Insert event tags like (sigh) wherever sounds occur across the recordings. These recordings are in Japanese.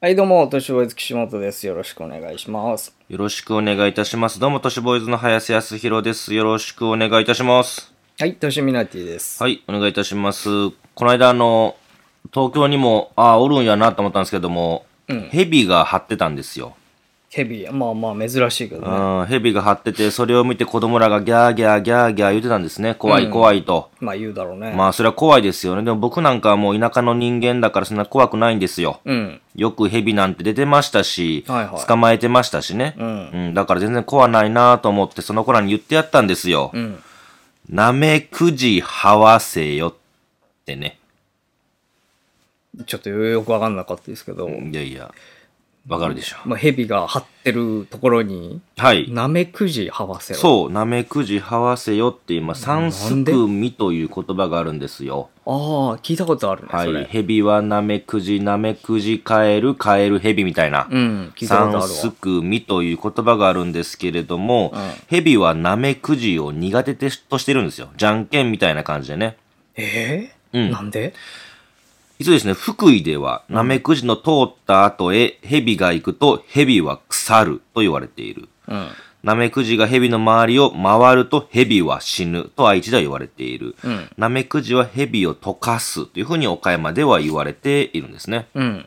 はい、どうも、都市ボーイズ岸本です。よろしくお願いします。よろしくお願いいたします。どうも、都市ボーイズの林康弘です。よろしくお願いいたします。はい、都市ミナティです。はい、お願いいたします。この間、あの、東京にも、ああ、おるんやなと思ったんですけども、ヘビが張ってたんですよ。ヘビー、まあまあ珍しいけどね。うん、ヘビが張ってて、それを見て子供らがギャーギャーギャーギャー言ってたんですね。怖い怖いと。まあ言うだろうね。まあ、それは怖いですよね。でも僕なんかはもう田舎の人間だからそんな怖くないんですよ。うん。よくヘビなんて出てましたし、はいはい捕まえてましたしね、んうんだから全然怖ないなと思ってその子らに言ってやったんですよ。んなめくじはわせよってね。ちょっとよくわかんなかったですけど、いやいや、わかるでしょ。まあヘビが張ってるところに、はい。ナメクジはわせろ。そう、なめくじはわせよって今、三なんすでくみという言葉があるんですよ。ああ、聞いたことあるね、はそい。れ。ヘビはなめくじ、なめくじ、カエル、カエル、ヘビみたいな。うん、聞いたこと三あるすわ。くみという言葉があるんですけれども、ヘビはナメクジを苦手としてるんですよ。じゃんけんみたいな感じでね。えーうんなんで一応ですね、福井では、ナメクジの通った後へヘビが行くと、ヘビは腐ると言われている。うん。ナメクジがヘビの周りを回るとヘビは死ぬと愛知では言われている。うんナメクジはヘビを溶かすというふうに岡山では言われているんですね。うん。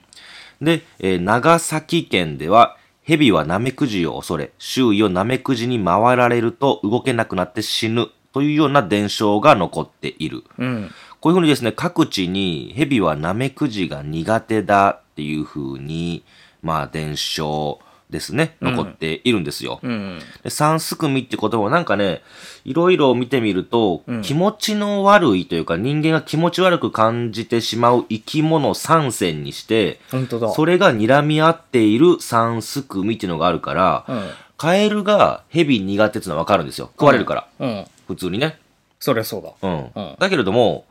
で、えー長崎県では、蛇はナメクジを恐れ、周囲をナメクジに回られると動けなくなって死ぬというような伝承が残っている。うん。こういうふうにですね、各地に蛇はナメクジが苦手だっていうふうに、まあ伝承ですね、残っているんですよ。うん。で三すくみって言葉はなんかね、いろいろ見てみると、気持ちの悪いというか人間が気持ち悪く感じてしまう生き物三選にして、本当だ。それが睨み合っている三すくみっていうのがあるから、うんカエルがヘビ苦手っていうのはわかるんですよ。食われるから、うん。普通にね。そりゃそうだ。うん。うんだけれども、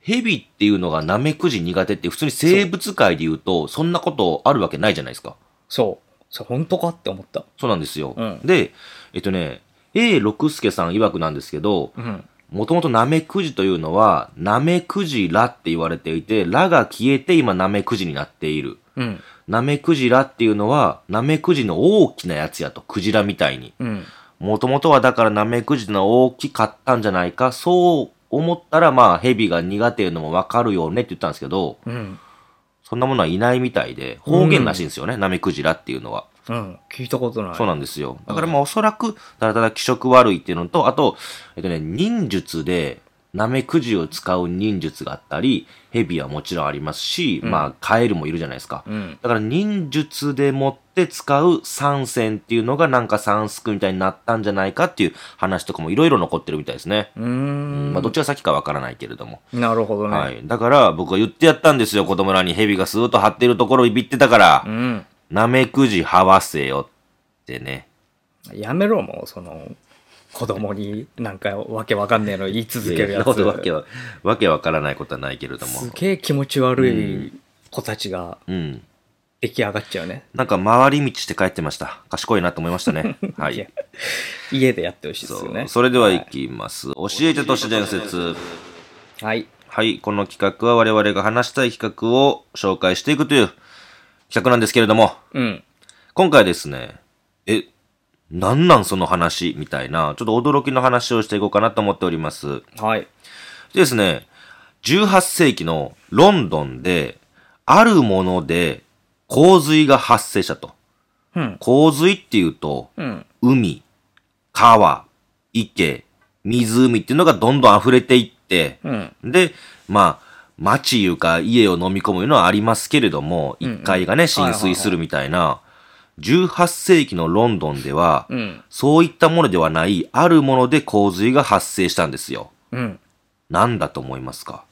ヘビっていうのがナメクジ苦手って普通に生物界で言うと、そんなことあるわけないじゃないですか。そう。それ本当かって思った。そうなんですよ。うんで、えっとね、A 六助さん曰くなんですけど、うん。もともとナメクジというのは、ナメクジラって言われていて、ラが消えて今ナメクジになっている。うん。ナメクジラっていうのは、ナメクジの大きなやつやと、クジラみたいに。うん。もともとはだからナメクジの大きかったんじゃないか、そう思ったらまあヘビが苦手のもわかるよねって言ったんですけど、うん。そんなものはいないみたいで、方言らしいんですよね、ナメクジラっていうのは。うん。聞いたことない。そうなんですよ。だからまあおそらく、ただただ気色悪いっていうのと、あと、えっとね、忍術で、ナメクジを使う忍術があったり、ヘビはもちろんありますし、まあカエルもいるじゃないですか。うん。だから忍術でもって使う三線っていうのがなんか三すくみたいになったんじゃないかっていう話とかもいろいろ残ってるみたいですね。うーん。まあどっちが先かわからないけれども。なるほどね。はい。だから僕は言ってやったんですよ、子供らに蛇がスーッと張ってるところをいびってたからう、ん。なめくじはわせよってね。やめろ、もう、その、子供になんかわけわかんねえの言い続いけやるやそんなつ。ことわけは、わけわからないことはないけれども。すげえ気持ち悪い子たちがうん。出来上がっちゃうね。なんか回り道して帰ってました。賢いなと思いまし (laughs) たね。はい。や家でやってほしいですそよう、ね。それではいきます。教えて都市伝説。はい。はい、この企画は我々が話したい企画を紹介していくという企画なんですけれども、うん。今回ですね、え、なんなんその話みたいな、ちょっと驚きの話をしていこうかなと思っております。はい。でですね、18世紀のロンドンで、あるもので洪水が発生したと。うん。洪水っていうと、うん。海、川、池、湖っていうのがどんどん溢れていって、うん。で、まあ、町いうか家を飲み込むいうのはありますけれども、ん1階がね、浸水するみたいな、18世紀のロンドンでは、うん。そういったものではない、あるもので洪水が発生したんですよ。うん。何だと思いますか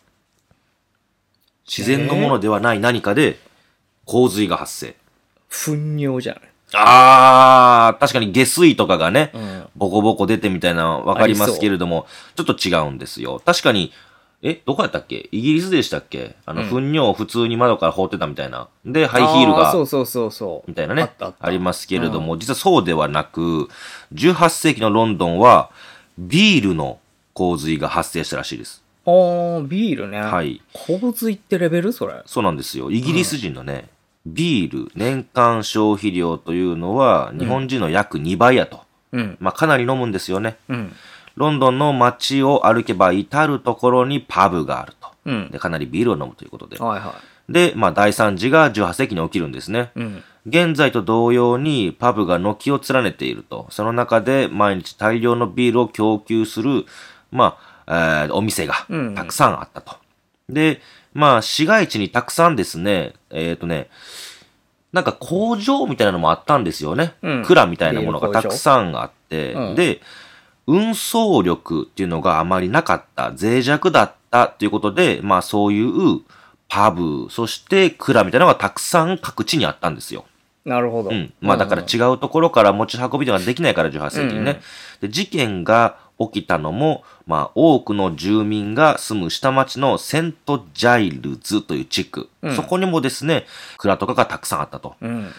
自然のものではない何かで洪水が発生。糞尿じゃない。あー、確かに下水とかがね、うん。ボコボコ出てみたいなのわかりますけれども、ちょっと違うんですよ。確かに、え、どこやったっけイギリスでしたっけあの、うん糞尿を普通に窓から放ってたみたいな。で、ハイヒールあそうが、そうそうそう。みたいなね、ああったあった。りますけれども、実はそうではなく、18世紀のロンドンは、ビールの洪水が発生したらしいです。あー、ビールね。はい。洪水ってレベルそれ。そうなんですよ。イギリス人のね、ビール年間消費量というのは日本人の約2倍やと。うん。まあ、かなり飲むんですよね。うん。ロンドンの街を歩けば至るところにパブがあると。うん。で、かなりビールを飲むということで。はいはで、まあ、大惨事が18世紀に起きるんですね。い。うん。現在と同様にパブが軒を連ねていると。その中で毎日大量のビールを供給する、まあ、えーお店がうんたくさんあったと。で、まあ、市街地にたくさんですね、えっ、とね、なんか工場みたいなのもあったんですよね。うん蔵みたいなものがビール工た場くさんあって、うんで、運送力っていうのがあまりなかった、脆弱だったということで、まあそういうパブ、そして蔵みたいなのがたくさん各地にあったんですよ。なるほど。うん。まあだから違うところから持ち運びとかできないから18世紀にね。で、事件が起きたのも、まあ多くの住民が住む下町のセントジャイルズという地区。うんそこにもですね、蔵とかがたくさんあったと。うん。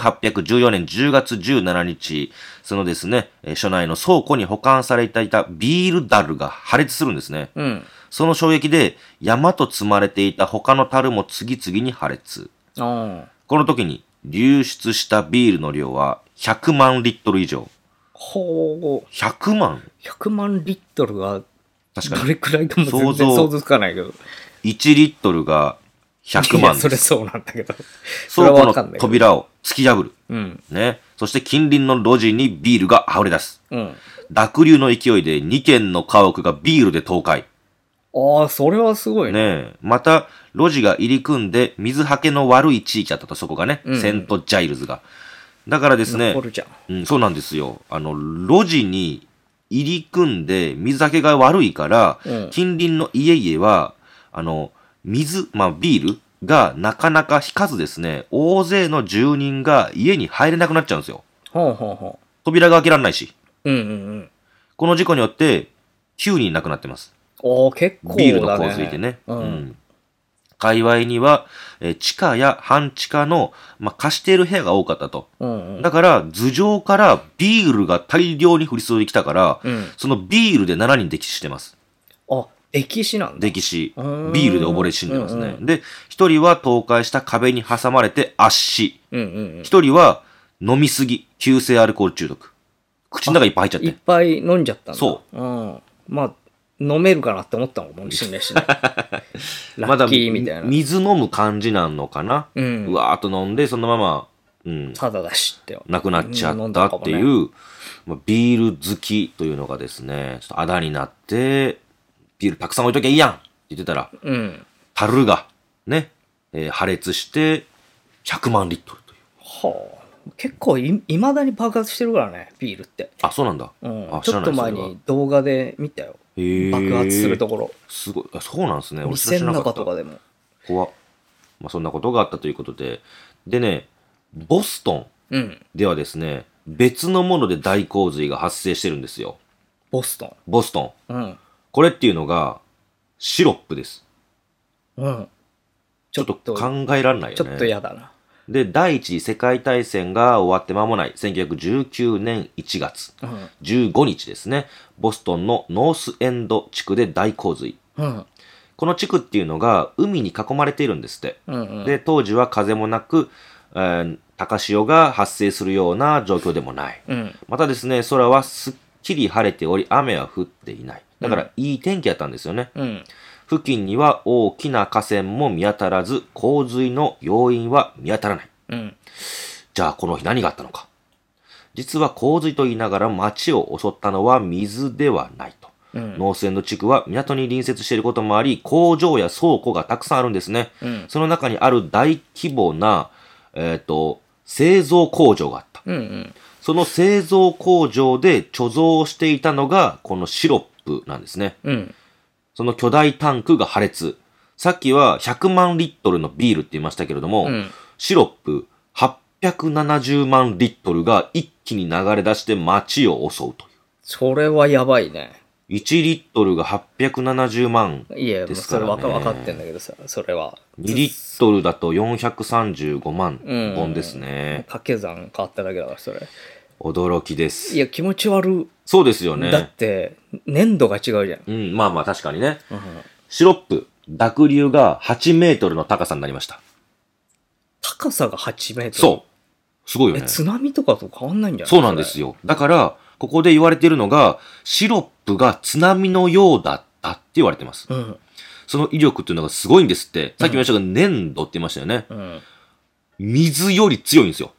1814年10月17日、そのですね、えー所内の倉庫に保管されていたビールダルが破裂するんですね。うん。その衝撃で山と積まれていた他の樽も次々に破裂。ああ。この時に流出したビールの量は100万リットル以上。ほう。 100万100万リットルは確かどれくらいかも全然想像想像つかないけど。に。1リットルが100いや万そでれす。そうなんだけど。それは倉庫わのかんないけど扉を突き破る。うん。ね。そして近隣の路地にビールが溢れ出す。うん。濁流の勢いで2軒の家屋がビールで倒壊。ああ、それはすごいね。ねえ。また、路地が入り組んで水はけの悪い地域だったと、そこがね。うんセント・ジャイルズが。だからですね残、るじゃん。うん、そうなんですよ。あの、路地に入り組んで水はけが悪いから、うん近隣の家々は、あの、水、まあ、ビールがなかなか引かずですね、大勢の住人が家に入れなくなっちゃうんですよ。ほうほうほ扉が開けられないし。う。うんうんこの事故によって、9人亡くなってます。うん。ああ、結構だね。ビールの洪水でね。うん。界隈には、えー地下や半地下の、まあ、貸している部屋が多かったと。うんうん。だから、頭上からビールが大量に降り注いできたから、うん。そのビールで7人溺死してます。あ、歴史なんだ。溺死。うーんビールで溺れ死んでますね。うんうで、1人は倒壊した壁に挟まれて圧死。うんうん1人は飲みすぎ、急性アルコール中毒。口の中いっぱい入っうん。いちゃっって。ぱい飲んじゃったんだ。。そううん。まあ、飲めるかなって思ったのかもしれない (laughs) しね。ラッキーみたいな。水飲む感じなのかな、うんうわーっと飲んで、そのまま、うん、ただだしって。なくなっちゃったっていうん飲う、まあビール好きというのがですね、ちょっとあだになって、ビールたくさん置いときゃいいやんって言ってたら、うん。樽が、ね、えー破裂して、100万リットルという。はあ。結構い、いまだに爆発してるからね、ビールって。あ、そうなんだ。うんあ、ちょっと前に動画で見たよ。爆発するとこ。ころ。すごい。あそうなんですね。俺知ら店のなか中った。とかでも。怖っまあ、そんなことがあったということで。でね、ボストンうん。ではですね、別のもので大洪水が発生してるんですよ。ボストボストン。ン。うん。これっていうのが、シロップです。うん。ちょっと考えられないちよょね。っと嫌だな。で、第一次世界大戦が終わって間もない、1919年1月うん。 15日ですね、ボストンのノースエンド地区で大洪水。うん。この地区っていうのが海に囲まれているんですって。うんうん。で、当時は風もなく、えー高潮が発生するような状況でもない。うん。またですね、空はすっきり晴れており、雨は降っていない。だから、いい天気だったんですよね。うん。付近には大きな河川も見当たらず、洪水の要因は見当たらない。うん。じゃあこの日何があったのか。実は洪水と言いながら町を襲ったのは水ではないと。うんノースエンド地区は港に隣接していることもあり、工場や倉庫がたくさんあるんですね。うんその中にある大規模な、えっ、と、製造工場があった。うんうん。その製造工場で貯蔵していたのが、このシロップなんですね。うん。その巨大タンクが破裂。さっきは100万リットルのビールって言いましたけれども、うんシロップ870万リットルが一気に流れ出して街を襲うといそれはやばいね。う。1リットルが870万、いや、もうですそかれらねわか分かってんだけどさ、それは。 2リットルだと435万うん本ですね。掛け算変わっただけだから、それ。驚きでいす。や、気持ち悪そうですよい。だっね。て、粘度が違うじゃん。うん、まあまあ確かにね。シロップ、濁流が8メートルの高さになりました。高さが8メートル。そう。すごいよえ、ね。津波とかと変わんないんじゃないそうなんですよ。だから、ここで言われてるのが、シロップが津波のようだったって言われてます。それうん。その威力っていうのがすごいんですって。さっきも言いましたが、粘土って言いましたよね。うん。水より強いんですよ。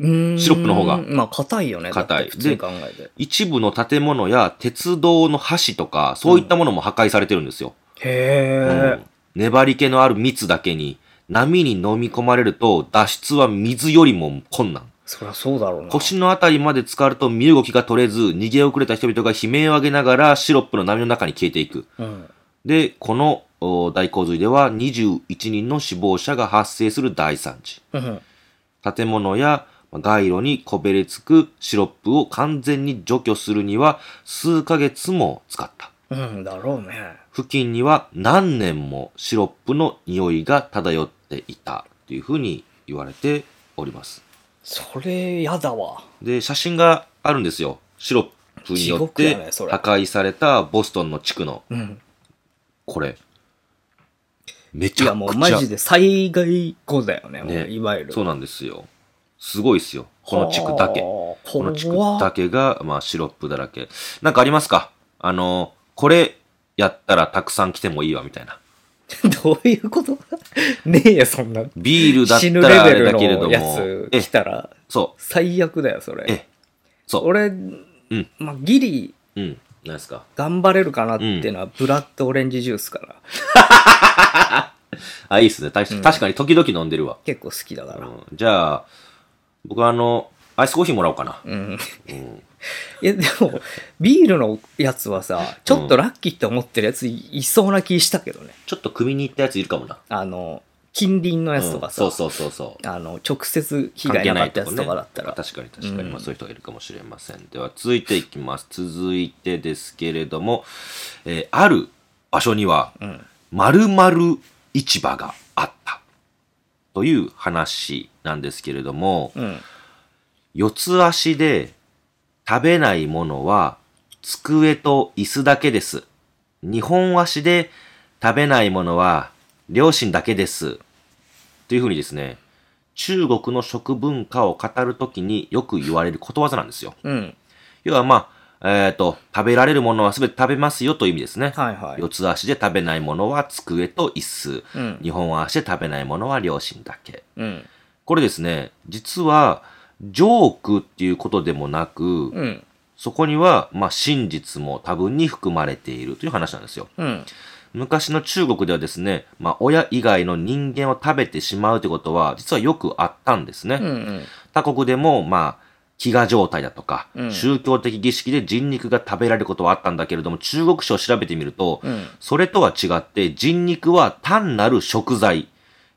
うーんシロップの方がまあ、硬いよね。硬いだって普通に考えて。一部の建物や鉄道の橋とか、そういったものも破壊されてるんですよ。うへん粘り気のある蜜だけに、波に飲み込まれると脱出は水よりも困難。え。そりゃそうだろうな。腰のあたりまで浸かると身動きが取れず、逃げ遅れた人々が悲鳴を上げながらシロップの波の中に消えていく。うん。で、このお大洪水では21人の死亡者が発生する大惨事。うん。建物やまあ街路にこべりつくシロップを完全に除去するには数ヶ月も使った。うん、だろうね。付近には何年もシロップの匂いが漂っていたというふうに言われております。それ、やだわ。で、写真があるんですよ。シロップによ地って獄やねそれ破壊されたボストンの地区の、うん。これ。めいちゃや、くもちゃ。うマジで災害後だよね。ねいわゆる。そうなんですよ。すごいですよ。この地区だけ。こはあの地区怖だけが、まあ、シロップだらけ。なんかありますかあの、これやったらたくさん来てもいいわ、みたいな。どういうこと (laughs) ねえよ、そんな。ビールだっ死ぬたらあレれベルだけれどのも。やつえ来、たら、そ。最悪だよ、そうれ。え、そう。俺、んまあ、ギリうん。何ですか頑張れるかなっていうのは、ブラッドオレンジジュースから。あ、いいっすね。たし確かに時々飲んでるわ。結構好きだかうら。んじゃあ、僕はあの、アイスコーヒーもらおうかな。うん。うんいや、でも、ビールのやつはさ、ちょっとラッキーって思ってるやついいそうな気したけどね。ちょっと組に行ったやついるかもな。あの、近隣のやつとかさ、うんそうそうそうそう。あの、直接被害なかったやつとかだったら。確かに確かうに、んまあ、そういう人がいるかもしれませんでは続いていきます続いてですけれども、えーある場所にはうん。 〇〇市場があったという話なんですけれどもうん。四つ足で食べないものは机と椅子だけです二本足で食べないものは両親だけですというふうにですね中国の食文化を語るときによく言われることわざなんですよ。うん。要はまあ、えっ、と、食べられるものは全て食べますよという意味ですね。はいはい四。つ足で食べないものは机と椅子。うん二本足で食べないものは両親だけ。うん。これですね、実は、ジョークっていうことでもなく、うん。そこには、まあ、真実も多分に含まれているという話なんですよ。うん。昔の中国ではですね、まあ、親以外の人間を食べてしまうということは、実はよくあったんですね。うん。うん。他国でも、まあ、飢餓状態だとか、うん宗教的儀式で人肉が食べられることはあったんだけれども、中国史を調べてみると、うん。それとは違って、人肉は単なる食材、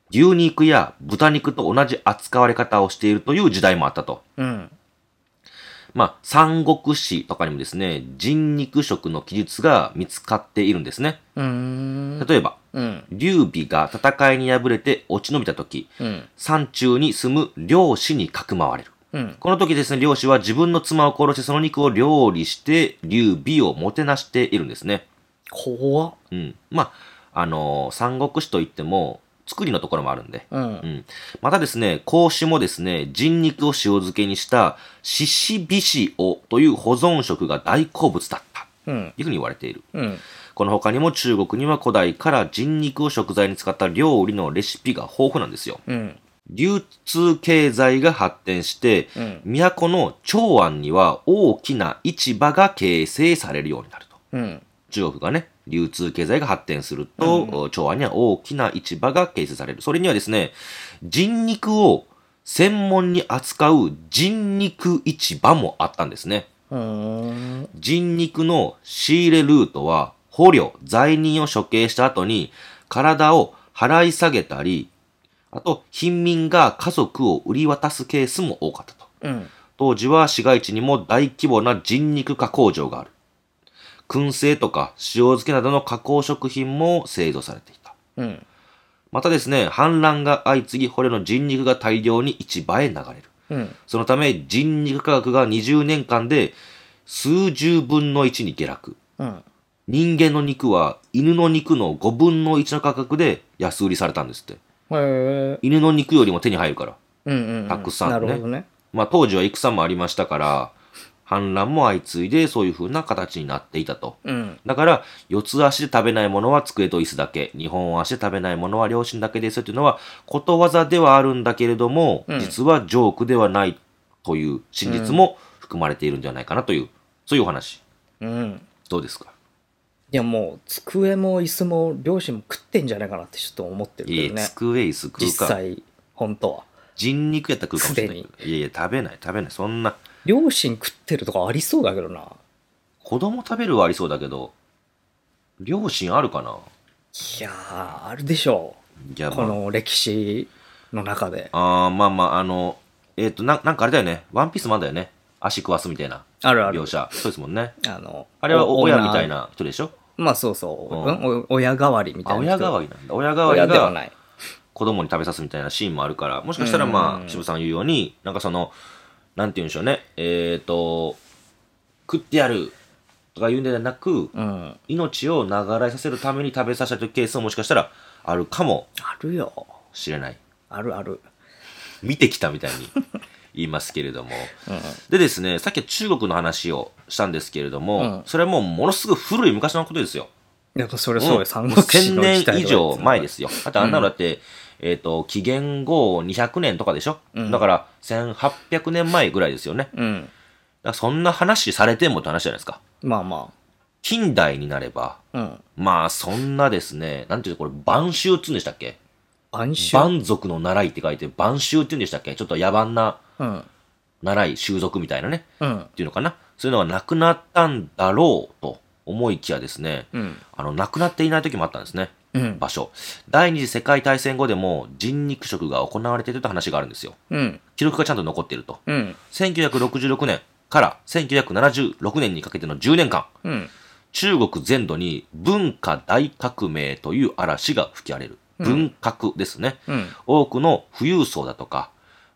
牛肉や豚肉と同じ扱われ方をしているという時代もあったと。うん。まあ、三国史とかにもですね、人肉食の記述が見つかっているんですね。うん。例えば、うん。劉備が戦いに敗れて落ち延びた時、うん。山中に住む漁師にかくまわれる。うん。この時ですね、漁師は自分の妻を殺してその肉を料理して、劉備をもてなしているんですね。怖っ。うん。まあ、あのー三国志といっても、作りのところもあるんで。う。うんん。またですね、孔子もですね、人肉を塩漬けにした、シシビシオという保存食が大好物だった。うん。というふうに言われている。うん。この他にも中国には古代から人肉を食材に使った料理のレシピが豊富なんですよ。うん。流通経済が発展して、うん。都の長安には大きな市場が形成されるようになると。うん。中国がね、流通経済が発展すると、長安には大きな市場が形成される。それにはですね、人肉を専門に扱う人肉市場もあったんですね。うん。人肉の仕入れルートは、捕虜、罪人を処刑した後に、体を払い下げたり、あと、貧民が家族を売り渡すケースも多かったと。うん。当時は市街地にも大規模な人肉加工場がある。燻製とか塩漬けなどの加工食品も製造されていた。うん。またですね、反乱が相次ぎ、捕虜の人肉が大量に市場へ流れる。うん。そのため、人肉価格が20年間で数十分の1に下落。うん。人間の肉は犬の肉の5分の1の価格で安売りされたんですって。うへえ。犬の肉よりも手に入るから。うんうんうん。たくさんねなるほどね。まあ当時は戦もありましたから、反乱も相次いでそういう風な形になっていたと。うん。だから、四つ足で食べないものは机と椅子だけ、二本足で食べないものは両親だけですよというのは、ことわざではあるんだけれども、うん実はジョークではないという真実も含まれているんじゃないかなという、そういうお話。うん。どうですかいやもう、机も椅子も両親も食ってんじゃないかなってちょっと思ってるいえけいえ、どね。机、椅子食う実か。際、本当は。人肉やったら食うかもしれないけど。いえいえ、食べない、食べない。そんな、両親食ってるとかありそうだけどな。子供食べるはありそうだけど、両親あるかないやー、あるでしょいや、う。まあこの歴史の中で。あーまあまあ、あの、えっ、とな、なんかあれだよね。ワンピースもあんだよね。足食わすみたいなあるある描。写。そうですもんね。あの、あれはおオー親ナーみたい。な人でしょまあそうそう。ううんんお親代わりみたあ、いな親人。代わりなんだ。親代わ親りではがない。子供に食べさすみたいなシーンもあるから、もしかしたらうんうんまうんあ、渋さん言うように、なんかその、なんて言うんでしょうね。えっ、と、食ってやるとか言うんではなく、うん。命を流れさせるために食べさせたというケースももしかしたらあるかもあるよ。しれない。あるある。見てきたみたいに言いますけれどうも。ん。でですね、さっきは中国の話をしたんですけれども、うんそれはもうものすごい古い昔のことですよ。なんかそれそうよ、ん三もう国志1000の時代とか。年以上前ですすよ。だってあんなのだって、えっ、と、紀元後200年とかでしょ、うんだから1800年前ぐらいですよね。だかうん。らそんな話されてもって話じゃないですか。まあま近代になれば、あ。うん。まあそんなですね、なんていうのこれ、晩秋っつうんでしたっけ晩秋。蛮族の習いって書いて、晩秋って言うんでしたっけちょっと野蛮なうん。習い、習俗みたいなね。うんっ。ていうのかな、そういうのはなくなったんだろうと思いきやですね、うん。あの、なくなっていない時もあったんですね、うん。場所。第二次世界大戦後でも人肉食が行われているという話があるんですよ。うん。記録がちゃんと残っていると。うん。 1966年から1976年にかけての10年間、うん。中国全土に文化大革命という嵐が吹き荒れる。文革ですね。うん。多くの富裕層だとか、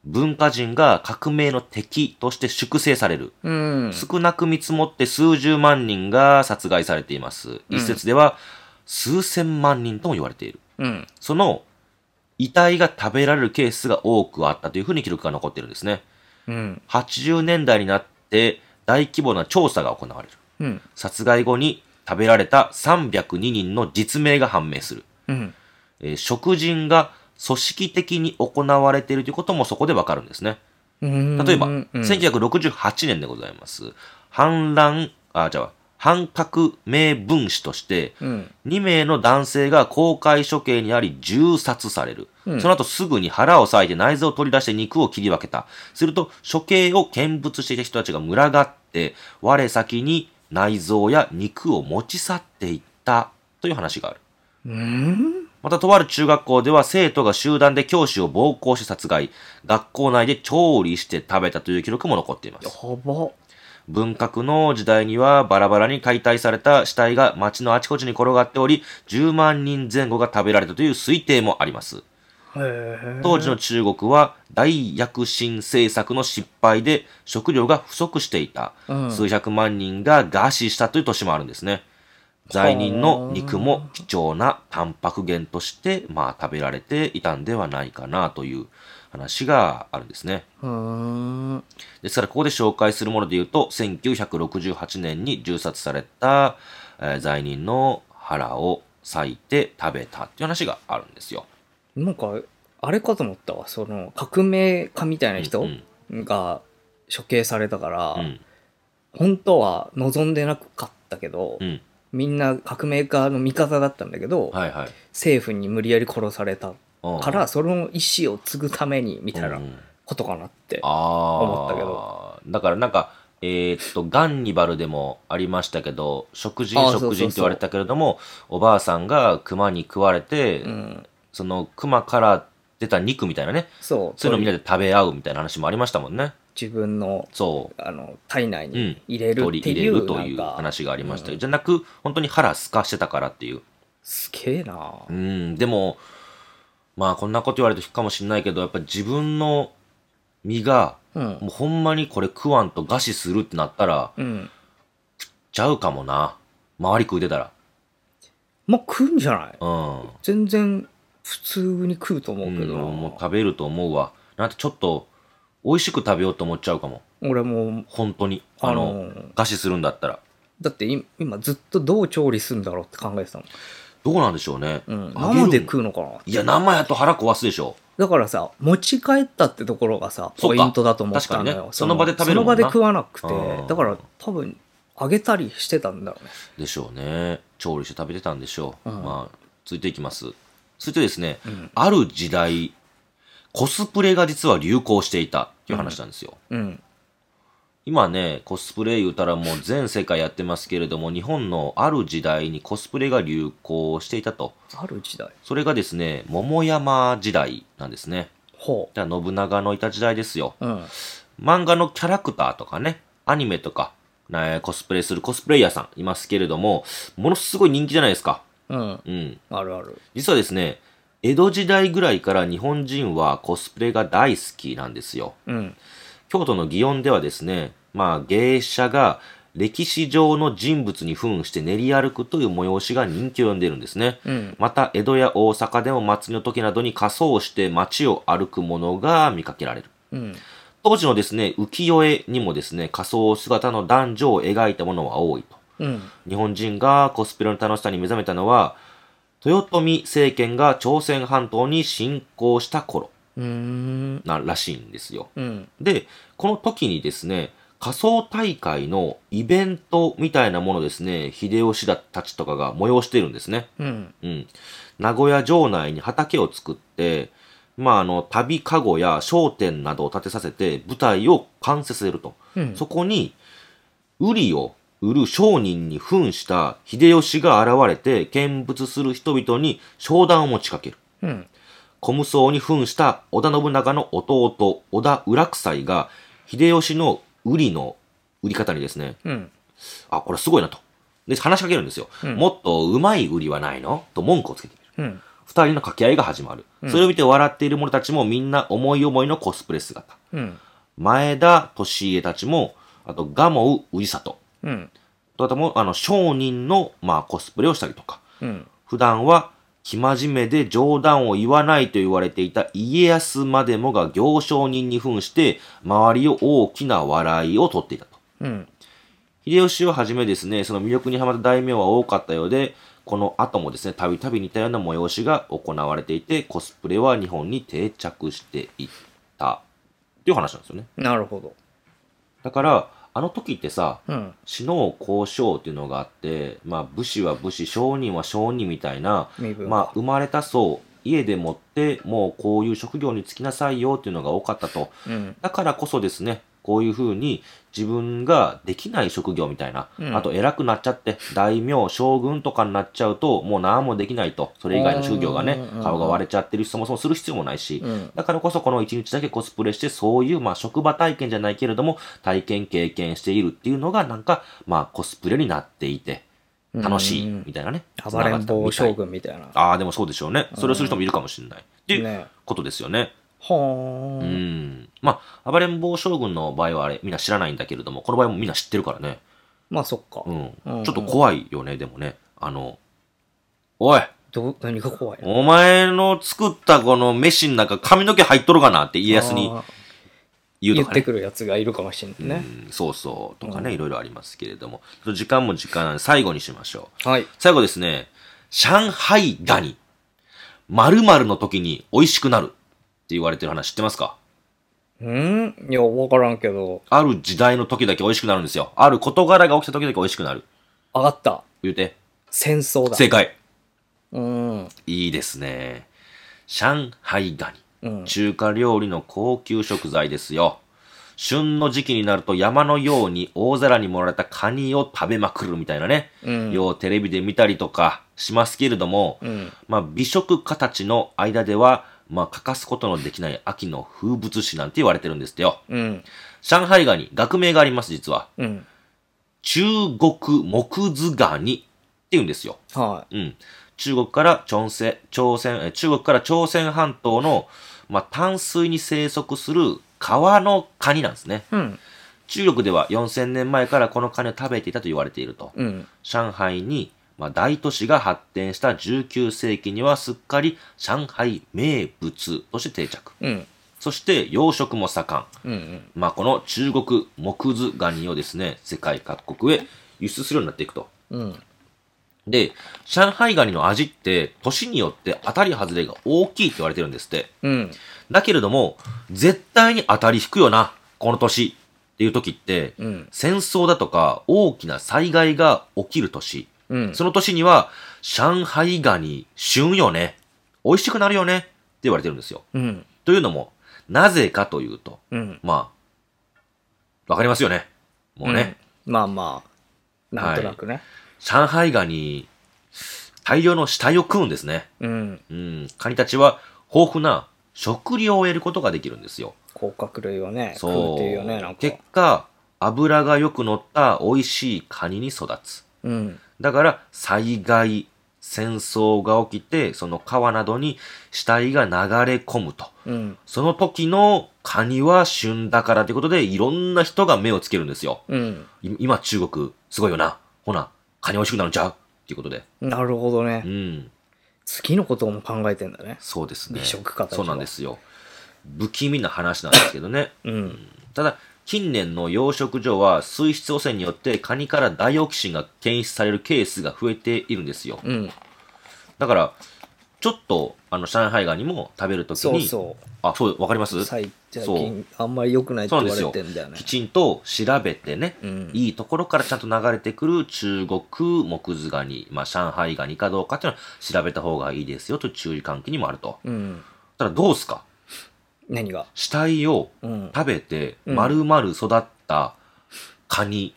文化人が革命の敵として粛清される。うん。少なく見積もって数十万人が殺害されています。一説では数千万人とも言われている。うん。その遺体が食べられるケースが多くあったというふうに記録が残っているんですね。うん。 80年代になって大規模な調査が行われる。うん。殺害後に食べられた302人の実名が判明する。うん。えー食人が組織的に行われているということもそこでわかるんですね。うん。例えば、うん。 1968年でございます。反乱、あ、じゃあ、反革命分子として、うん。 2名の男性が公開処刑にあり銃殺される。うんその後すぐに腹を裂いて内臓を取り出して肉を切り分けた。すると、処刑を見物していた人たちが群がって、我先に内臓や肉を持ち去っていったという話がある。うん。また、とある中学校では生徒が集団で教師を暴行して殺害、学校内で調理して食べたという記録も残っています。ほぼ。文革の時代にはバラバラに解体された死体が街のあちこちに転がっており、10万人前後が食べられたという推定もあります。へえ。当時の中国は大躍進政策の失敗で食料が不足していた。うん数百万人が餓死したという年もあるんですね。罪人の肉も貴重なタンパク源として、まあ食べられていたんではないかなという話があるんですね。うん。ですから、ここで紹介するもので言うと、1968年に銃殺された、えー罪人の腹を裂いて食べたっていう話があるんですよ。なんか、あれかと思ったわ。その、革命家みたいなう人んが処刑されたから、うん本当は望んでなかったけど、うんみんな革命家の味方だったんだけど、はいはい。政府に無理やり殺されたうんから、その意思を継ぐためにみたいなうんうんことかなって。ああ。思ったけだからなんか、えーっと、ガンニバルでもありましたけど、食人あーそうそうそう食人って言われたけれども、おばあさんが熊に食われて、うん、その熊から出た肉みたいなね、そうそういうのをみんなで食べ合うみたいな話もありましたもんね。自分のそう。あの体内うにん入れる取ってり入いれうるというなんか話がありましたけどうんじゃなく本当に腹すかしてたからっていうすげえな、うんでもまあこんなこと言われると引くかもしれないけどやっぱ自分の身がうんもうほんまにこれ食わんと餓死するってなったらうん、ちゃうかもな周り食うてたらまあ食うんじゃないうん全然普通に食うと思うけどな、うんもう食べると思うわ。なんてちょっと、美味しく食べようと思っちゃうかも。俺もう本当に。あの、あのー餓死するんだったら。だってい今ずっとどう調理するんだろうって考えてたもん、どうなんでしょうね。うん、揚げる生で食うのかないや、生やと腹壊すでしょ。だからさ持ち帰ったってところがさそポうイかントだと思ったの確かよ、にねその場で食べるそものんな場で食わなくてうんだから多分揚げたりしてたんだろうねでしょうね。調理して食べてたんでしょう。うんまあ、続いていきます。そしてですね、んある時代、コスプレが実は流行していたっていう話なんですよ。うん今ね、コスプレ言うたらもう全世界やってますけれども、日本のある時代にコスプレが流行していたと。ある時代それがですね、桃山時代なんですね。ほだから信長のいた時代ですよ。ううん漫画のキャラクターとかね、アニメとか、ねコスプレするコスプレイヤーさんいますけれども、ものすごい人気じゃないですか。うんうん。あるある実はですね、江戸時代ぐらいから日本人はコスプレが大好きなんですよ。うん京都の祇園ではですね、まあ芸者が歴史上の人物に扮して練り歩くという催しが人気を呼んでいるんですね。うんまた江戸や大阪でも祭りの時などに仮装して街を歩くものが見かけられる。うん当時のですね、浮世絵にもですね、仮装姿の男女を描いたものは多いと。うん日本人がコスプレの楽しさに目覚めたのは、豊臣政権が朝鮮半島に侵攻した頃うーんならしいんですよ。うんで、この時にですね、仮想大会のイベントみたいなものですね、秀吉だたちとかが催してるんですね。うんうん。名古屋城内に畑を作って、まあ、あの、旅籠や商店などを建てさせて舞台を完成させると。うんそこに、売りを売る商人に扮した秀吉が現れて見物する人々に商談を持ちかける。うん小無双に扮した織田信長の弟、織田浦夫妻が、秀吉の売りの売り方にですね、うんあ、これすごいなと。で、話しかけるんですよ。んもっとうまい売りはないのと文句をつけてみる。うん二人の掛け合いが始まる。それを見て笑っている者たちもみんな思い思いのコスプレ姿。うん前田利家たちも、あと、蒲生氏里。うんと、あとも、あの、商人の、まあ、コスプレをしたりとか。うん普段は生真面目で冗談を言わないと言われていた家康までもが行商人に扮して周りを大きな笑いを取っていたと。うん秀吉をはじめですね、その魅力にハマった大名は多かったようで、この後もですね、たびたび似たような催しが行われていて、コスプレは日本に定着していった。っていう話なんですよね。なるほどだから、あの時ってさ、うん死の交渉っていうのがあって、まあ武士は武士、商人は商人みたいな、身分まあ、生まれた層、家でもって、もうこういう職業に就きなさいよっていうのが多かったと。うんだからこそですね、こういうふうに自分ができない職業みたいな、うんあと偉くなっちゃって、大名、将軍とかになっちゃうと、もう何もできないと。それ以外の職業がねうん、顔が割れちゃってるし、そもそもする必要もないし、うんだからこそこの一日だけコスプレして、そういう、まあ、職場体験じゃないけれども、体験経験しているっていうのが、なんか、まあ、コスプレになっていて、楽しい、みたいなね。暴れん坊つなが将ったみたい軍みたいなああ、でもそうでしょうね。それをする人もいるかもしれない。っていうねことですよね。はうあん。まあ、暴れん坊将軍の場合はあれ、みんな知らないんだけれども、この場合もみんな知ってるからね。まあそっかう。うんうんんちょっと怖いよね、でもね。あの、おいどう何が怖いのお前の作ったこの飯の中髪の毛入っとるかなって家康にあー言う言とっかてね。くるやつがいるかもしれないね、うん、そうそう。とかね、いろいろありますけれども。ちょっと時間も時間なんで最後にしましょう。はい最後ですね、上海ガニ。〇〇の時に美味しくなるって言われてる話知ってますかうんいや分からんけどある時代の時だけ美味しくなるんですよ。ある事柄が起きた時だけ美味しくなる。上がった言うて。戦争だ正解。うんいいですね。上海ガニ。うん中華料理の高級食材ですよ。旬の時期になると山のように大皿に盛られたカニを食べまくるみたいなね。うんようテレビで見たりとかしますけれども、うんまあ美食家たちの間では、まあ欠かすことのできない秋の風物詩なんて言われてるんですってよ。うん上海ガニ、学名があります実は。うん中国木図ガニって言うんですよ。はうん。中国から朝鮮、朝鮮、え中国から朝鮮半島の、まあ、淡水に生息する川のカニなんですね。いうん中国では4000年前からこのカニを食べていたと言われていると。うん上海に、まあ、大都市が発展した19世紀にはすっかり上海名物として定着。うん。そして養殖も盛ん。うんうん。まあ、この中国木図ガニをですね、世界各国へ輸出するようになっていくと。うん。で、上海ガニの味って、年によって当たり外れが大きいって言われてるんですって。うん。だけれども、絶対に当たり引くよな、この年っていう時って、うん。戦争だとか大きな災害が起きる年。うん。その年には、上海ガニ、旬よね。美味しくなるよね。って言われてるんですよ。うん。というのも、なぜかというと、うん。まあ、わかりますよね。もうね。うん。まあまあ、なんとなくね。上海ガニ、大量の死体を食うんですね。うん。うん、カニたちは豊富な食料を得ることができるんですよ。甲殻類はね、食うそっていうよね、なんう。か。結果、脂がよく乗った美味しいカニに育つ。うん。だから、災害、戦争が起きて、その川などに死体が流れ込むと。うん。その時のカニは旬だからということで、いろんな人が目をつけるんですよ。うん。い今中国、すごいよな。ほな、カニ美味しくなるんちゃうっていうことで。なるほどうね。ん。次のことも考えてんだね。そうですね。美食家たちはそうなんですよ。不気味な話なんですけどね。うん。ただ、近年の養殖場は水質汚染によってカニからダイオキシンが検出されるケースが増えているんですよ。うん。だから、ちょっと、あの、上海ガニも食べるときそうに、そあ、そう、わかりますう。最最近、あんまり良くないってそう言なんでわすれよてんだよ。ねき。ちんと調べてね、うんいいところからちゃんと流れてくる中国木図ガニ、まあ、上海ガニかどうかっていうのは調べた方がいいですよという注意喚起にもあると。うん。ただ、どうすか何が死体をうん。食べて、うん丸々育ったカニ、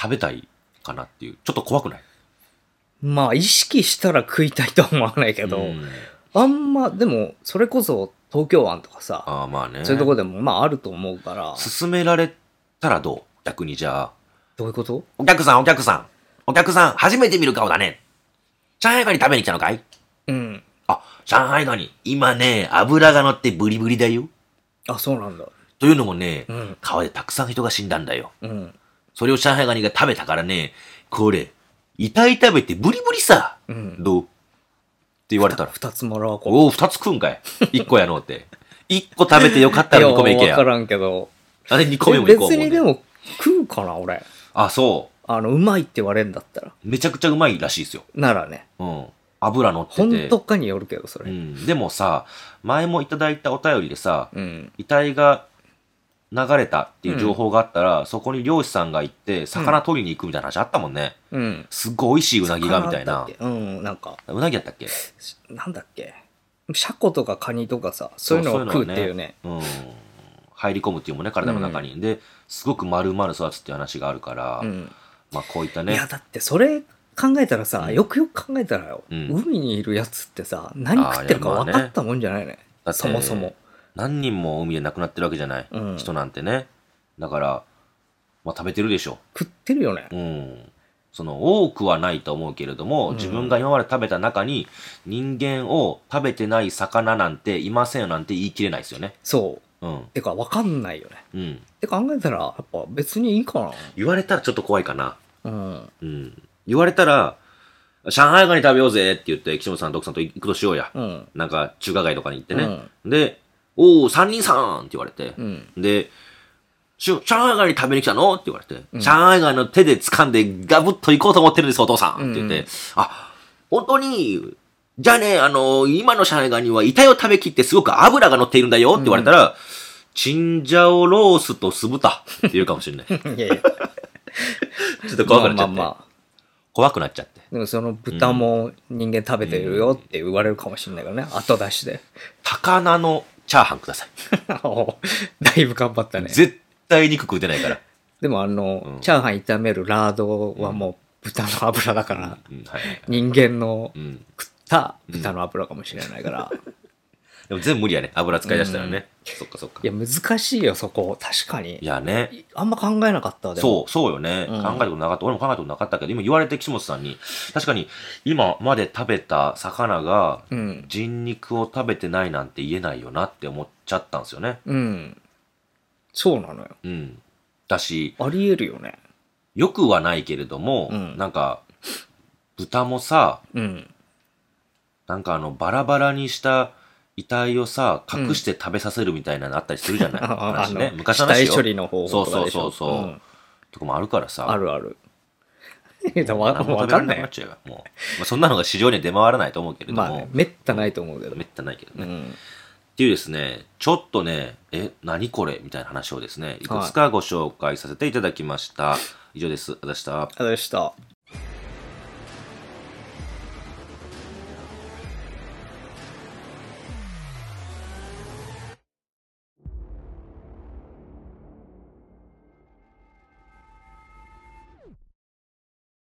食べたいかなっていう。ちょっと怖くないまあ、意識したら食いたいとは思わないけけど、あんま、でも、それこそ東京湾とかさ、ああ、まあね。そういうとこでも、まああると思うから、勧められたらどう逆にじゃあ。どういうことお客さん、お客さん。お客さん、初めて見る顔だね。上海ガニ食べに来たのかいうん。あ、上海ガニ。今ね、脂が乗ってブリブリだよ。あ、そうなんだ。というのもね、うん。川でたくさん人が死んだんだよ。うん。それを上海ガニが食べたからね、これ、遺体食べてブリブリさ。うん。どうって言われたら、二つもらおうか。おお、二つ食うんかい。一個やのうって。一個食べてよかったら二個目いけややわか。らんけど。あれ二個目もえ行こう。別にでもうね。も、食うかな、俺。あ、そあの、うまいって言われんだったら。う。めちゃくちゃうまいらしいですよ。ならね。うん。油乗ってて。本当かによるけど、そうれ。ん。でもさ、前もいただいたお便りでさ、うん。遺体が流れたっていう情報があったら、そこに漁師さんが行って、魚取りに行くみたいな話あったもんね。うん。すっごい美味しいうなぎがみた魚いだっなけ。うん、なんか、うなぎやったっけしなんだっけ。シャコとかカニとかさ、そういうのを食うっていうね。うん、入り込むっていうもんね体の中に、ですごく丸々育つっていう話があるから、うん。まあこういったいねやだってそれ考えたらさ、うんよくよく考えたらよ、うん海にいるやつってさ何食ってるかあーいやまあね分かったもんじゃないねだってそもそも何人も海で亡くなってるわけじゃない、うん人なんてねだから、まあ、食べてるでしょ食ってるよねう、ん、その多くはないと思うけれどうも、ん自分が今まで食べた中に人間を食べてない魚なんていませんよなんて言い切れないですよねそううんてか分かんないよねうんって考えたらやっぱ別にいいか言われたらちょっと怖いかななうんうん言われたら上海ガニ食べようぜって言って岸本さん徳さんと行くとしようや、うんなんか中華街とかに行ってね。で、おー、三人さんって言われてう。 (laughs) んで、しゅ上海ガニ食べに来たのって言われて、上海ガニの手で掴んでガブッと行こうと思ってるんです、お父さんって言っうんうて、あ、本当に、じゃあね、あの今の上海ガニは遺体を食べきってすごく脂が乗っているんだよって言われたら、チンジャオロースと酢豚って言うかもしれない。 (laughs) ちょいやいやっと怖くなっちまあまゃって。あまあ怖くなっちゃって。でもその豚も人間食べてるよって言われるかもしれないからね、後出しで (laughs) 高菜のチャーハンください。おだいぶ頑張ったね絶対肉食うてないから。でもあの、うんチャーハン炒めるラードはもう豚の油だから、うん、はい。人間のうん。食った豚の油かもしれないから、いでも全部無理やね。油使い出したらね。そっかそっか。いや難しいよそこ確かにやね。あんま考えなかったわでもそう、そうよね。うん考えたことなかった。俺も考えたことなかったけど、今言われて岸本さんに、確かに今まで食べた魚がううん人肉を食べてないなんて言えないよなって思っちゃったんですよね。うんそうなのようん。だし、ありえるよねよくはないけれども、うんなんか、豚もさ、うん。なんかあの、バラバラにした遺体をさ、隠して食べさせるみたいなのあったりするじゃない、ああ話ね。の、昔死の話体よ処理の方法とかでしょ。そうそうそうそううんとかもあるからさ。あるある。 (laughs) え、でもわ何もわ食べかられんななくなっい。ちゃうよもう。まあ、そんなのが市場には出回らないと思うけれども、まあね、めったないと思うけどめ。ったないけどうね、っん。ていうですね、ちょっとね、え、何これみたいな話をですね、いくつかご紹介させていただきました。以上です。ありがとうございました。あれでした。